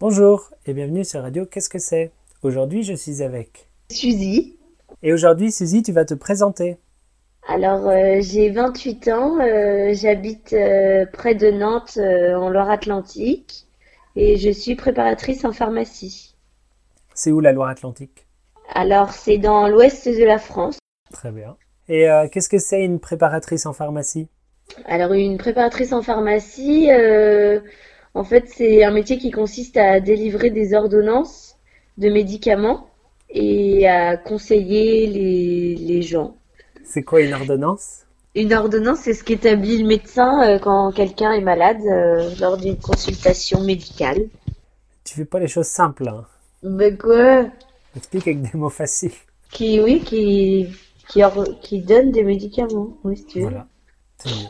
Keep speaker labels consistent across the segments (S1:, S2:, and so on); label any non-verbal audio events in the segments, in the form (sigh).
S1: Bonjour et bienvenue sur Radio Qu'est-ce que c'est Aujourd'hui, je suis avec.
S2: Suzy.
S1: Et aujourd'hui, Suzy, tu vas te présenter.
S2: Alors, euh, j'ai 28 ans, euh, j'habite euh, près de Nantes, euh, en Loire-Atlantique, et je suis préparatrice en pharmacie.
S1: C'est où la Loire-Atlantique
S2: Alors, c'est dans l'ouest de la France.
S1: Très bien. Et euh, qu'est-ce que c'est une préparatrice en pharmacie
S2: Alors, une préparatrice en pharmacie, euh, en fait, c'est un métier qui consiste à délivrer des ordonnances de médicaments et à conseiller les, les gens.
S1: C'est quoi une ordonnance
S2: Une ordonnance, c'est ce qu'établit le médecin euh, quand quelqu'un est malade euh, lors d'une consultation médicale.
S1: Tu fais pas les choses simples. Hein.
S2: Ben quoi
S1: Explique avec des mots faciles.
S2: Qui, oui, qui, qui, or- qui donne des médicaments, oui, si tu veux.
S1: (laughs) Voilà. C'est mieux.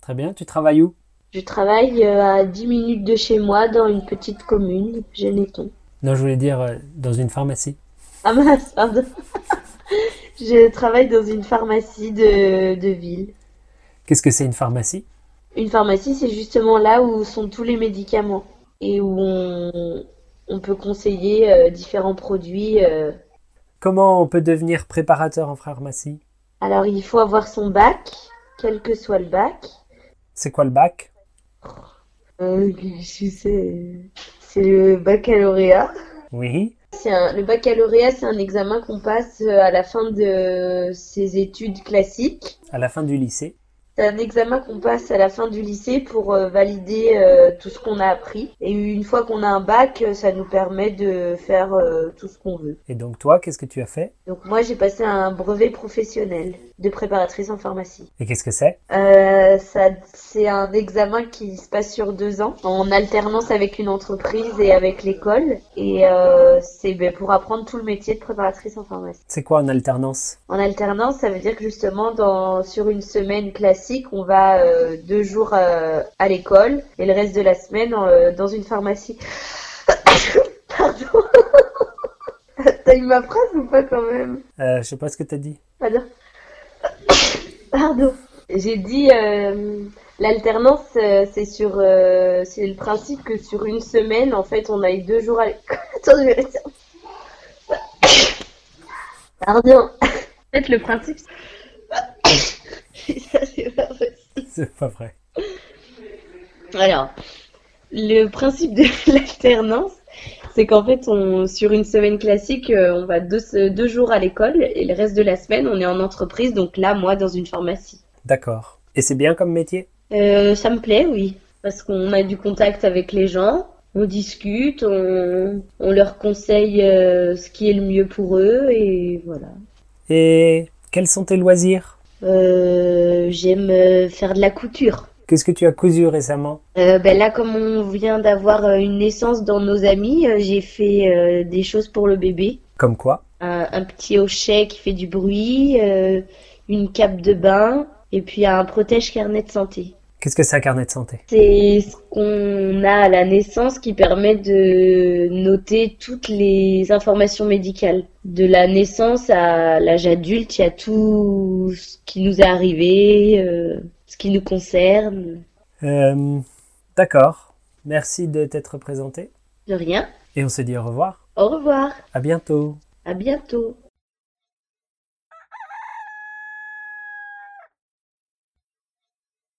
S1: Très bien. Tu travailles où
S2: Je travaille euh, à 10 minutes de chez moi dans une petite commune, Geneton.
S1: Non, je voulais dire euh, dans une pharmacie.
S2: Ah mince, pardon. (laughs) Je travaille dans une pharmacie de, de ville.
S1: Qu'est-ce que c'est une pharmacie
S2: Une pharmacie, c'est justement là où sont tous les médicaments et où on, on peut conseiller euh, différents produits. euh.
S1: Comment on peut devenir préparateur en pharmacie
S2: Alors, il faut avoir son bac, quel que soit le bac.
S1: C'est quoi le bac
S2: Euh, je sais, c'est le baccalauréat.
S1: Oui.
S2: C'est un- le baccalauréat, c'est un examen qu'on passe euh, à la fin de ses études classiques.
S1: À la fin du lycée.
S2: C'est un examen qu'on passe à la fin du lycée pour euh, valider euh, tout ce qu'on a appris. Et une fois qu'on a un bac, euh, ça nous permet de faire euh, tout ce qu'on veut.
S1: Et donc toi, qu'est-ce que tu as fait
S2: Donc moi, j'ai passé un brevet professionnel de préparatrice en pharmacie.
S1: Et qu'est-ce que c'est
S2: Euh, ça, c'est un examen qui se passe sur deux ans, en alternance avec une entreprise et avec l'école. Et euh, c'est ben, pour apprendre tout le métier de préparatrice en pharmacie.
S1: C'est quoi en alternance
S2: En alternance, ça veut dire que justement, dans, sur une semaine classique, on va euh, deux jours euh, à l'école et le reste de la semaine euh, dans une pharmacie. (coughs) Pardon. (laughs) T'as eu ma phrase ou pas quand même
S1: euh, Je sais pas ce que t'as dit. (laughs)
S2: Pardon. (coughs) Pardon. J'ai dit euh, l'alternance, euh, c'est sur, euh, c'est le principe que sur une semaine, en fait, on aille deux jours à l'école. (coughs) Attends, je vais rester. Pardon. En fait, le principe. Ça, c'est pas vrai.
S1: C'est pas vrai.
S2: (coughs) Alors, le principe de (laughs) l'alternance, c'est qu'en fait, on, sur une semaine classique, euh, on va deux, se- deux jours à l'école et le reste de la semaine, on est en entreprise, donc là, moi, dans une pharmacie.
S1: D'accord. Et c'est bien comme métier
S2: Euh, ça me plaît, oui, parce qu'on a du contact avec les gens, on discute, on, on leur conseille euh, ce qui est le mieux pour eux et voilà.
S1: Et quels sont tes loisirs
S2: Euh, j'aime euh, faire de la couture.
S1: Qu'est-ce que tu as cousu récemment
S2: Euh, ben là, comme on vient d'avoir euh, une naissance dans nos amis, euh, j'ai fait euh, des choses pour le bébé.
S1: Comme quoi
S2: Un, un petit hochet qui fait du bruit, euh, une cape de bain, et puis un protège carnet de santé.
S1: Qu'est-ce que c'est un carnet de santé
S2: C'est ce qu'on a à la naissance qui permet de noter toutes les informations médicales. De la naissance à l'âge adulte, il y a tout ce qui nous est arrivé, euh, ce qui nous concerne,
S1: Euh, D'accord. Merci de t'être présenté.
S2: de rien.
S1: Et on se dit au revoir.
S2: Au revoir,
S1: À bientôt.
S2: à bientôt.